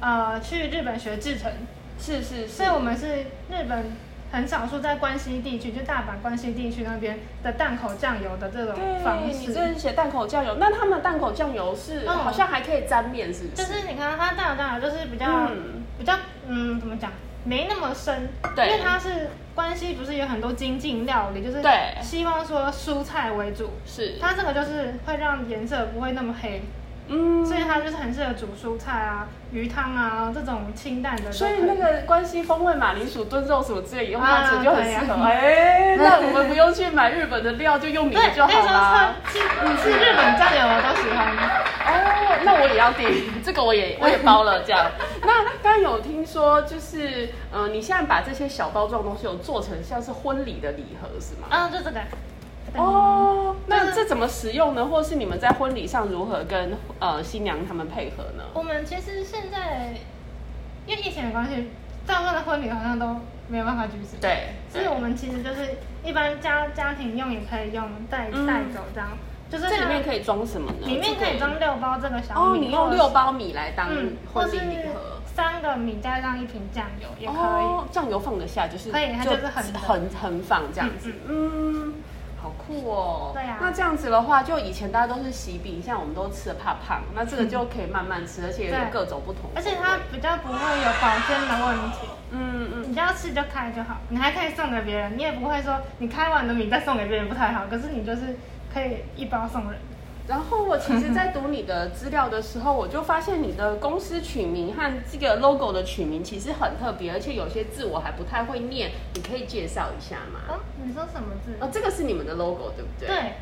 [SPEAKER 2] 呃去日本学制成，
[SPEAKER 1] 是是是
[SPEAKER 2] 所以我们是日本很少数在关西地区，就大阪关西地区那边的淡口酱油的这种方
[SPEAKER 1] 对，你
[SPEAKER 2] 式。
[SPEAKER 1] 这是写淡口酱油，那他们淡口酱油是
[SPEAKER 2] 嗯
[SPEAKER 1] 好像还可以沾面，是不？
[SPEAKER 2] 就是是你看它淡口酱油就是比较、
[SPEAKER 1] 嗯
[SPEAKER 2] 比较嗯怎么讲，没那么深，
[SPEAKER 1] 对
[SPEAKER 2] 因为它是关西不是有很多精进料理，就是
[SPEAKER 1] 对
[SPEAKER 2] 希望说蔬菜为主，
[SPEAKER 1] 是，
[SPEAKER 2] 它这个就是会让颜色不会那么黑，
[SPEAKER 1] 嗯
[SPEAKER 2] 所以它就是很适合煮蔬菜啊、鱼汤啊这种清淡的都可以。
[SPEAKER 1] 所以那个关西风味马铃薯炖肉什么之类，用它
[SPEAKER 2] 啊
[SPEAKER 1] 煮就很适合。哎，那我们不用去买日本的料，就用你的
[SPEAKER 2] 对，
[SPEAKER 1] 就好啦。
[SPEAKER 2] 那时候是是日本酱油我都喜欢，
[SPEAKER 1] 哦，那我也要订， <laughs> 这个我也我也包了这样。 <laughs> 那刚刚有听说，就是呃，你现在把这些小包装的东西有做成像是婚礼的礼盒是吗？
[SPEAKER 2] 嗯，就这个。哦，
[SPEAKER 1] 哦，那这怎么使用呢？或是你们在婚礼上如何跟呃新娘他们配合呢？
[SPEAKER 2] 我们其实现在因为疫情的关系，大部分的婚礼好像都没有办法举行，，
[SPEAKER 1] 对，
[SPEAKER 2] 所以我们其实就是一般家家庭用也可以用带
[SPEAKER 1] 嗯
[SPEAKER 2] 带走这样，就是
[SPEAKER 1] 这里面
[SPEAKER 2] 以
[SPEAKER 1] 可以装什么呢？
[SPEAKER 2] 里面可以装六包这个小
[SPEAKER 1] 哦，
[SPEAKER 2] 米，
[SPEAKER 1] 你用
[SPEAKER 2] 或是
[SPEAKER 1] 六，包米来当
[SPEAKER 2] 嗯，或
[SPEAKER 1] 婚礼
[SPEAKER 2] 是
[SPEAKER 1] 礼盒。
[SPEAKER 2] 三个米加上一瓶酱油也可以。
[SPEAKER 1] 哦，酱油放得下，就是
[SPEAKER 2] 可以它就是横的
[SPEAKER 1] 横横放这样子，嗯。好酷哦！
[SPEAKER 2] 对啊
[SPEAKER 1] 那这样子的话，就以前大家都是喜饼，像我们都吃的怕胖，那这个就可以慢慢吃，而且有
[SPEAKER 2] 对
[SPEAKER 1] 各种不同口味。
[SPEAKER 2] 而且它比较不会有保鲜的问题，
[SPEAKER 1] 嗯嗯， <laughs>
[SPEAKER 2] 你只要吃就开就好，你还可以送给别人，你也不会说你开完的米再送给别人不太好，可是你就是可以一包送人。
[SPEAKER 1] 然后我其实，在读你的资料的时候，我就发现你的公司取名和这个 logo 的取名其实很特别，而且有些字我还不太会念，你可以介绍一下吗？
[SPEAKER 2] 哦，你说什么字？
[SPEAKER 1] 哦，这个是你们的 logo 对不对？。
[SPEAKER 2] 对，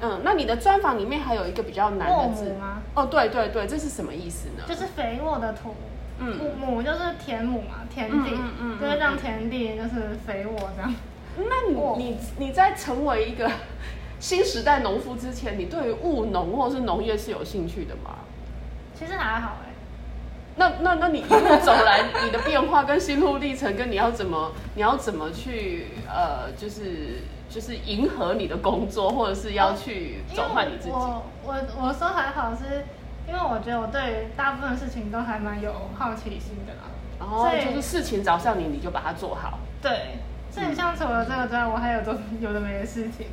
[SPEAKER 1] 嗯，那你的专访里面还有一个比较难
[SPEAKER 2] 沃
[SPEAKER 1] 的字
[SPEAKER 2] 母？吗？
[SPEAKER 1] 哦，对对对，这是什么意思呢？
[SPEAKER 2] 就是肥沃的土，
[SPEAKER 1] 嗯
[SPEAKER 2] 母母就是田母嘛，田地，
[SPEAKER 1] 嗯嗯嗯嗯
[SPEAKER 2] 就是让田地就是肥沃
[SPEAKER 1] <laughs>
[SPEAKER 2] 这样。
[SPEAKER 1] 那你、
[SPEAKER 2] 哦
[SPEAKER 1] 你你在成为一个 <laughs> 新时代农夫之前，你对于务农或是农业是有兴趣的吗？
[SPEAKER 2] 其实还好
[SPEAKER 1] 欸
[SPEAKER 2] 哎、
[SPEAKER 1] 那那那你一路走来，你的变化跟心路历程，跟你要怎么 <laughs> 你要怎么去呃，就是就是迎合你的工作，或者是要去
[SPEAKER 2] 哦因为
[SPEAKER 1] 转换你自己。
[SPEAKER 2] 我我我说还好是，因为我觉得我对于大部分事情都还蛮有好奇心的啦。
[SPEAKER 1] 然后
[SPEAKER 2] 所以
[SPEAKER 1] 哦就是事情找上你，你就把它做好。
[SPEAKER 2] 对，所以像除了这个之外，我还有做有的没的事情。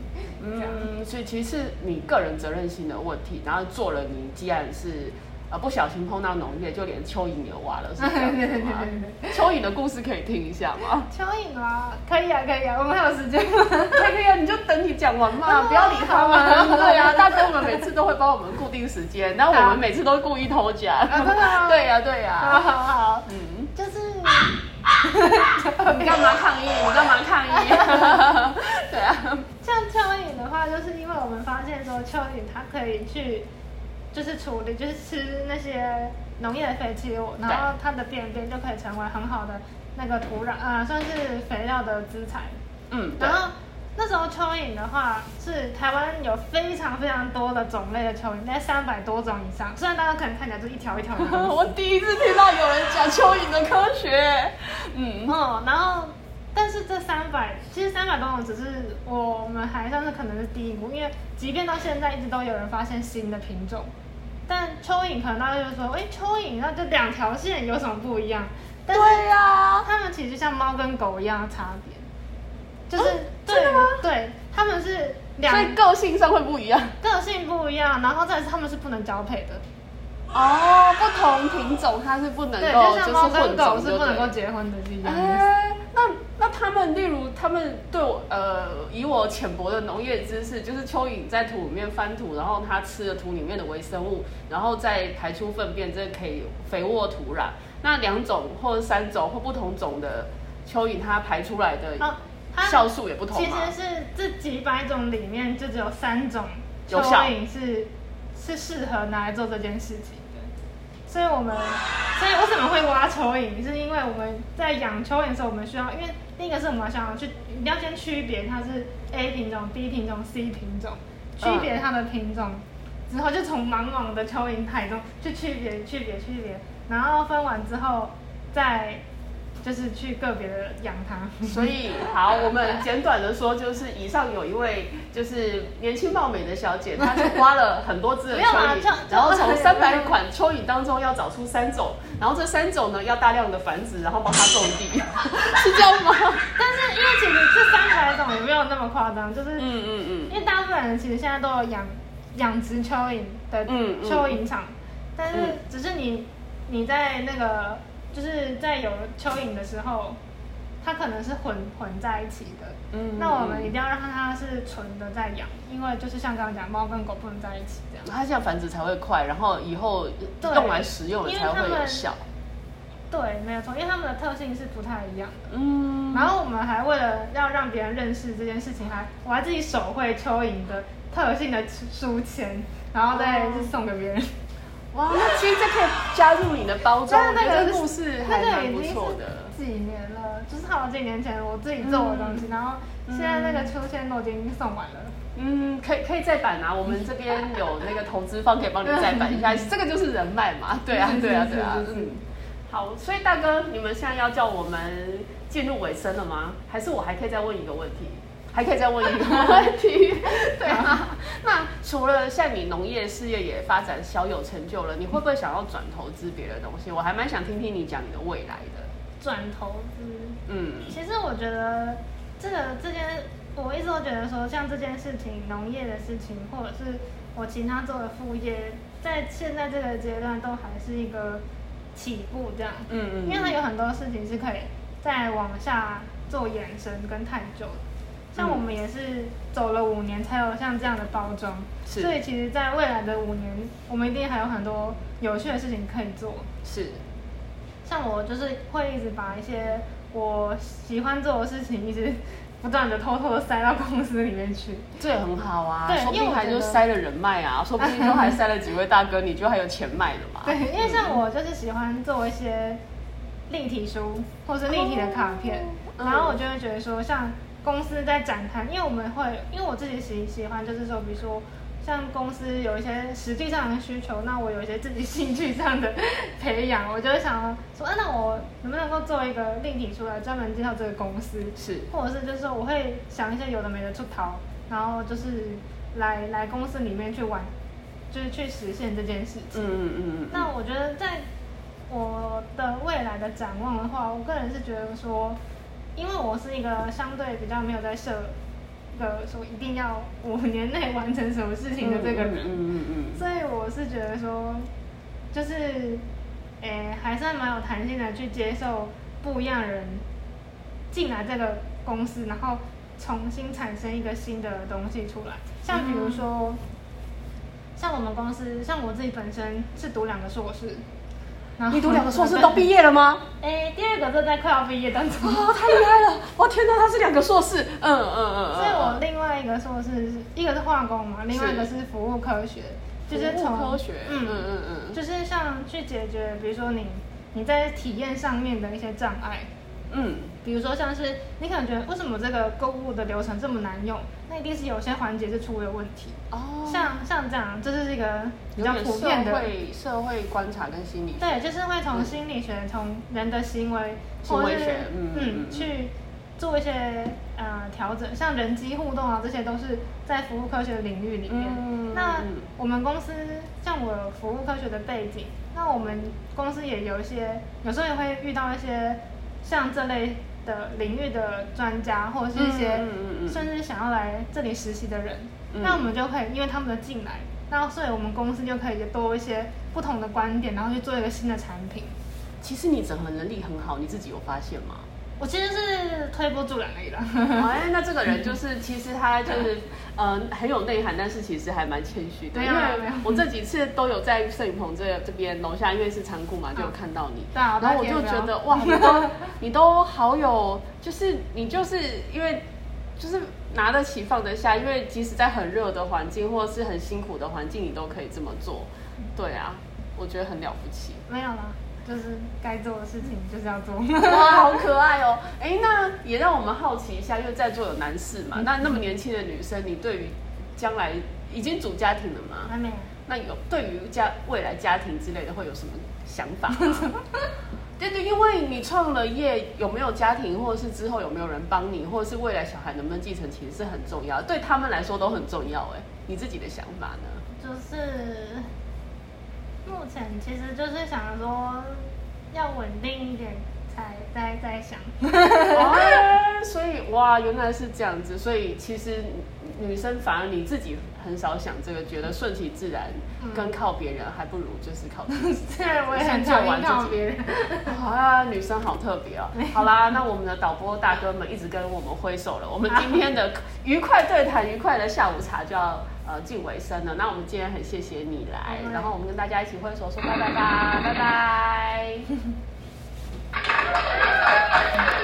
[SPEAKER 2] 这样
[SPEAKER 1] 嗯，所以其实是你个人责任心的问题，然后做了你既然是呃不小心碰到农业，就连蚯蚓也挖了，是这 <laughs> 样子吗蚯蚓的故事可以听一下吗？ <laughs>
[SPEAKER 2] 蚯蚓啊，可以啊，可以啊，我们还有时间 <laughs> 啊吗？
[SPEAKER 1] 可以可以啊，你就等你讲完嘛，不要理他们。 <laughs> 对啊，大哥们每次都会帮我们固定时间，然后我们每次都故意偷讲。
[SPEAKER 2] 真的
[SPEAKER 1] <laughs>
[SPEAKER 2] 吗
[SPEAKER 1] 对呀对
[SPEAKER 2] <laughs>
[SPEAKER 1] 啊
[SPEAKER 2] 好
[SPEAKER 1] 呀。
[SPEAKER 2] 好好，
[SPEAKER 1] 嗯，
[SPEAKER 2] 就是
[SPEAKER 1] 你干嘛抗议？你干嘛抗 <laughs> 议？对啊，
[SPEAKER 2] <coughs> 像蚯蚓的话，就是因为我们发现说蚯蚓它可以去，就是处理，就是吃那些农业的废弃物，然后它的便便就可以成为很好的那个土壤，呃，算是肥料的资产。
[SPEAKER 1] 嗯，对
[SPEAKER 2] 然后那时候蚯蚓的话，是台湾有非常非常多的种类的蚯蚓，大概三百多种以上。虽然大家可能看起来就一条一 <laughs> 条的东
[SPEAKER 1] <laughs>
[SPEAKER 2] 西
[SPEAKER 1] 我第一次听到有人讲蚯蚓的科学。嗯，
[SPEAKER 2] 嗯，然后但是这三百，其实三百多种只是我们还算是可能是第一步，因为即便到现在一直都有人发现新的品种，但蚯蚓可能大家就说，哎，蚯蚓那就两条线有什么不一样？但是
[SPEAKER 1] 对啊呀。
[SPEAKER 2] 它们其实就像猫跟狗一样的差别，就是、
[SPEAKER 1] 哦
[SPEAKER 2] 对
[SPEAKER 1] 真的吗
[SPEAKER 2] 对，它们是两
[SPEAKER 1] 所以个性上会不一样
[SPEAKER 2] 个性不一样，然后再来是它们是不能交配的，
[SPEAKER 1] 哦，不同品种它是不能
[SPEAKER 2] 对，
[SPEAKER 1] 够
[SPEAKER 2] 就
[SPEAKER 1] 就
[SPEAKER 2] 像
[SPEAKER 1] 是
[SPEAKER 2] 猫跟
[SPEAKER 1] 混
[SPEAKER 2] 狗
[SPEAKER 1] 种
[SPEAKER 2] 是
[SPEAKER 1] 就
[SPEAKER 2] 不能
[SPEAKER 1] 对
[SPEAKER 2] 够
[SPEAKER 1] 了
[SPEAKER 2] 结婚的是一样的意思。
[SPEAKER 1] 哎，那那那他们，例如他们对我，呃，以我浅薄的农业知识，就是蚯蚓在土里面翻土，然后它吃了土里面的微生物，然后再排出粪便，这可以肥沃土壤。那两种或者三种或不同种的蚯蚓，它排出来的
[SPEAKER 2] 哦，它
[SPEAKER 1] 酵素也不同
[SPEAKER 2] 其
[SPEAKER 1] 嘛。
[SPEAKER 2] 实是这几百种里面就只有三种
[SPEAKER 1] 有
[SPEAKER 2] 蚯
[SPEAKER 1] 效
[SPEAKER 2] 蚓是是适合拿来做这件事情的，所以我们所以为什么会挖蚯蚓，是因为我们在养蚯蚓的时候，我们需要因为第一个是我们要想要去一定要先区别它是 A 品种、B 品种、C 品种，
[SPEAKER 1] 嗯
[SPEAKER 2] 区别它的品种。之后就从茫茫的蚯蚓海中去区别、区别、区别，然后分完之后再就是去个别的养它。
[SPEAKER 1] 所以，好，我们简短的说，就是以上有一位就是年轻貌美的小姐，她就挖了很多只的
[SPEAKER 2] 没有啦
[SPEAKER 1] 蚯蚓
[SPEAKER 2] 就，
[SPEAKER 1] 然后
[SPEAKER 2] 就
[SPEAKER 1] 从三百款蚯蚓当中要找出三种，然后这三种呢要大量的繁殖，然后帮它种地， <laughs> 是这样吗？
[SPEAKER 2] 但是因为其实这三百种也没有那么夸张，就是
[SPEAKER 1] 嗯嗯
[SPEAKER 2] 因为大部分人其实现在都有养养殖蚯蚓的
[SPEAKER 1] 嗯嗯
[SPEAKER 2] 蚯蚓场，但是
[SPEAKER 1] 嗯
[SPEAKER 2] 只是你你在那个就是在有蚯蚓的时候，它可能是混混在一起的。
[SPEAKER 1] 嗯
[SPEAKER 2] 那我们一定要让它是纯的在养，因为就是像刚刚讲，猫跟狗不能在一起这样
[SPEAKER 1] 嗯，。它这样繁殖才会快，然后以后
[SPEAKER 2] 对
[SPEAKER 1] 用来食用也才
[SPEAKER 2] 因为
[SPEAKER 1] 会
[SPEAKER 2] 它
[SPEAKER 1] 有
[SPEAKER 2] 们
[SPEAKER 1] 效。
[SPEAKER 2] 对，没有错，因为它们的特性是不太一样的。
[SPEAKER 1] 嗯，
[SPEAKER 2] 然后我们还为了要让别人认识这件事情，还我还自己手绘蚯蚓的特性的书签，然后再就是送给别人。
[SPEAKER 1] 哇，那其实这可以加入你的包装，我觉得这故事还
[SPEAKER 2] 那个
[SPEAKER 1] 蛮
[SPEAKER 2] 已
[SPEAKER 1] 不
[SPEAKER 2] 经
[SPEAKER 1] 错
[SPEAKER 2] 是
[SPEAKER 1] 的。
[SPEAKER 2] 几年了，就是好几年前我自己做的东西，然后现在那个秋千都已经送完了。
[SPEAKER 1] 嗯，可以可以再版啊，我们这边有那个投资方可以帮你再版一
[SPEAKER 2] <laughs>
[SPEAKER 1] 下，这个就是人脉嘛，对啊，对啊，对啊，嗯，好，所以大哥，你们现在要叫我们进入尾声了吗？还是我还可以再问一个问题？还可以再问一个问
[SPEAKER 2] <laughs>
[SPEAKER 1] 题，对啊。那除了像你农业事业也发展小有成就了，你会不会想要转投资别的东西？我还蛮想听听你讲你的未来的。
[SPEAKER 2] 转投资，
[SPEAKER 1] 嗯
[SPEAKER 2] 其实我觉得这个这件，我一直都觉得说，像这件事情，农业的事情，或者是我其他做的副业，在现在这个阶段都还是一个起步这样。
[SPEAKER 1] 嗯嗯，
[SPEAKER 2] 因为它有很多事情是可以再往下做延伸跟探究的。像我们也是走了五年才有像这样的包装，
[SPEAKER 1] 是
[SPEAKER 2] 所以其实，在未来的五年，我们一定还有很多有趣的事情可以做。
[SPEAKER 1] 是
[SPEAKER 2] 像我就是会一直把一些我喜欢做的事情，一直不断的偷偷的塞到公司里面去。
[SPEAKER 1] 这也很好啊，
[SPEAKER 2] 对
[SPEAKER 1] 说不
[SPEAKER 2] 因为
[SPEAKER 1] 定
[SPEAKER 2] 我
[SPEAKER 1] 还
[SPEAKER 2] 觉
[SPEAKER 1] 就
[SPEAKER 2] 得
[SPEAKER 1] 塞了人脉
[SPEAKER 2] <laughs>
[SPEAKER 1] 啊，说不定就还塞了几位大哥，你就还有钱卖了嘛。
[SPEAKER 2] 对，因为像我就是喜欢做一些立体书或是立体的卡片，
[SPEAKER 1] 嗯
[SPEAKER 2] 然后我就会觉得说，像公司在展摊，因为我们会，因为我自己喜喜欢，就是说，比如说。像公司有一些实际上的需求，那我有一些自己兴趣上的 <laughs> 培养，我就会想要说，啊，那我能不能够做一个立体书来专门介绍这个公司？
[SPEAKER 1] 是
[SPEAKER 2] 或者是就是我会想一些有的没的出逃，然后就是来来公司里面去玩，就是去实现这件事情。
[SPEAKER 1] 嗯嗯嗯嗯，
[SPEAKER 2] 那我觉得在我的未来的展望的话，我个人是觉得说，因为我是一个相对比较没有在设一个说一定要五年内完成什么事情的这个
[SPEAKER 1] 嗯
[SPEAKER 2] 人，
[SPEAKER 1] 嗯嗯嗯
[SPEAKER 2] 所以我是觉得说，就是，诶、还算蛮有弹性的去接受不一样的人进来这个公司，然后重新产生一个新的东西出来。像比如说，像我们公司，像我自己本身是读两个硕士，然
[SPEAKER 1] 嗯，
[SPEAKER 2] 后
[SPEAKER 1] 你读两个硕士都毕业了吗？
[SPEAKER 2] <laughs>
[SPEAKER 1] <laughs>
[SPEAKER 2] 诶、第二个就在快要毕业当中，
[SPEAKER 1] 哦，太厉害了！哇，天哪，他是两个硕士，嗯嗯嗯嗯。
[SPEAKER 2] 所以我另外一个硕士是，一个是化工嘛，另外一个是服务科学，就是
[SPEAKER 1] 服务
[SPEAKER 2] 从
[SPEAKER 1] 科学，嗯
[SPEAKER 2] 嗯
[SPEAKER 1] 嗯嗯嗯
[SPEAKER 2] 就是像去解决，比如说你你在体验上面的一些障碍，
[SPEAKER 1] 嗯，
[SPEAKER 2] 比如说像是你可能觉得为什么这个购物的流程这么难用，那一定是有些环节是出了问题。
[SPEAKER 1] 哦，
[SPEAKER 2] 像像这样，这就是一个比
[SPEAKER 1] 有
[SPEAKER 2] 较
[SPEAKER 1] 点
[SPEAKER 2] 普
[SPEAKER 1] 社
[SPEAKER 2] 遍的，
[SPEAKER 1] 会社会观察跟心理学，
[SPEAKER 2] 对，就是会从心理学、从人的行为
[SPEAKER 1] 行为
[SPEAKER 2] 或者
[SPEAKER 1] 学
[SPEAKER 2] 是
[SPEAKER 1] 嗯嗯嗯
[SPEAKER 2] 去做一些呃调整，像人机互动啊，这些都是在服务科学领域里面。
[SPEAKER 1] 嗯
[SPEAKER 2] 那
[SPEAKER 1] 嗯
[SPEAKER 2] 我们公司像我有服务科学的背景，那我们公司也有一些，有时候也会遇到一些像这类的领域的专家，或者是一些
[SPEAKER 1] 嗯嗯嗯嗯
[SPEAKER 2] 甚至想要来这里实习的人，
[SPEAKER 1] 嗯
[SPEAKER 2] 那我们就可以因为他们的进来，那所以我们公司就可以多一些不同的观点，然后去做一个新的产品。
[SPEAKER 1] 其实你整合能力很好，你自己有发现吗？
[SPEAKER 2] 我其实是推波助澜而已
[SPEAKER 1] <laughs>
[SPEAKER 2] 啦。
[SPEAKER 1] 哎，那这个人就是，其实他就是，呃，很有内涵，但是其实还蛮谦虚的。
[SPEAKER 2] 对
[SPEAKER 1] 因
[SPEAKER 2] 啊对
[SPEAKER 1] 为
[SPEAKER 2] 啊
[SPEAKER 1] 我这几次都有在摄影棚这这边楼下，因为是仓库嘛，就有看到你。
[SPEAKER 2] 对啊
[SPEAKER 1] 然后我
[SPEAKER 2] 白天
[SPEAKER 1] 就
[SPEAKER 2] 不要
[SPEAKER 1] 觉
[SPEAKER 2] <laughs>
[SPEAKER 1] 得哇，你都你都好有，就是你就是因为就是拿得起放得下，因为即使在很热的环境或者是很辛苦的环境，你都可以这么做。对啊，我觉得很了不起。
[SPEAKER 2] 没有啦，就是该做的事情就是要做。
[SPEAKER 1] <laughs> 哇，好可爱哦！哎，那也让我们好奇一下，因为在座有男士嘛，那那么年轻的女生，你对于将来已经组家庭了嘛？
[SPEAKER 2] 还没有，
[SPEAKER 1] 那有对于家未来家庭之类的会有什么想法吗？对对，因为你创了业，有没有家庭，或者是之后有没有人帮你，或者是未来小孩能不能继承，其实是很重要，对他们来说都很重要。哎，你自己的想法呢？
[SPEAKER 2] 就是目前其实就是想说要稳定一点才再再
[SPEAKER 1] <laughs>
[SPEAKER 2] 想。
[SPEAKER 1] 哦，所以哇，原来是这样子，所以其实女生反而你自己很少想这个，觉得顺其自然，跟靠别人还不如就是靠自 <laughs> 己。
[SPEAKER 2] 对，我也很讨厌看别人。
[SPEAKER 1] 啊，女生好特别哦。好啦，那我们的导播大哥们一直跟我们挥手了，我们今天的愉快对谈、愉快的下午茶就要呃进尾声了。那我们今天很谢谢你来，然后我们跟大家一起挥手说拜拜吧，拜拜。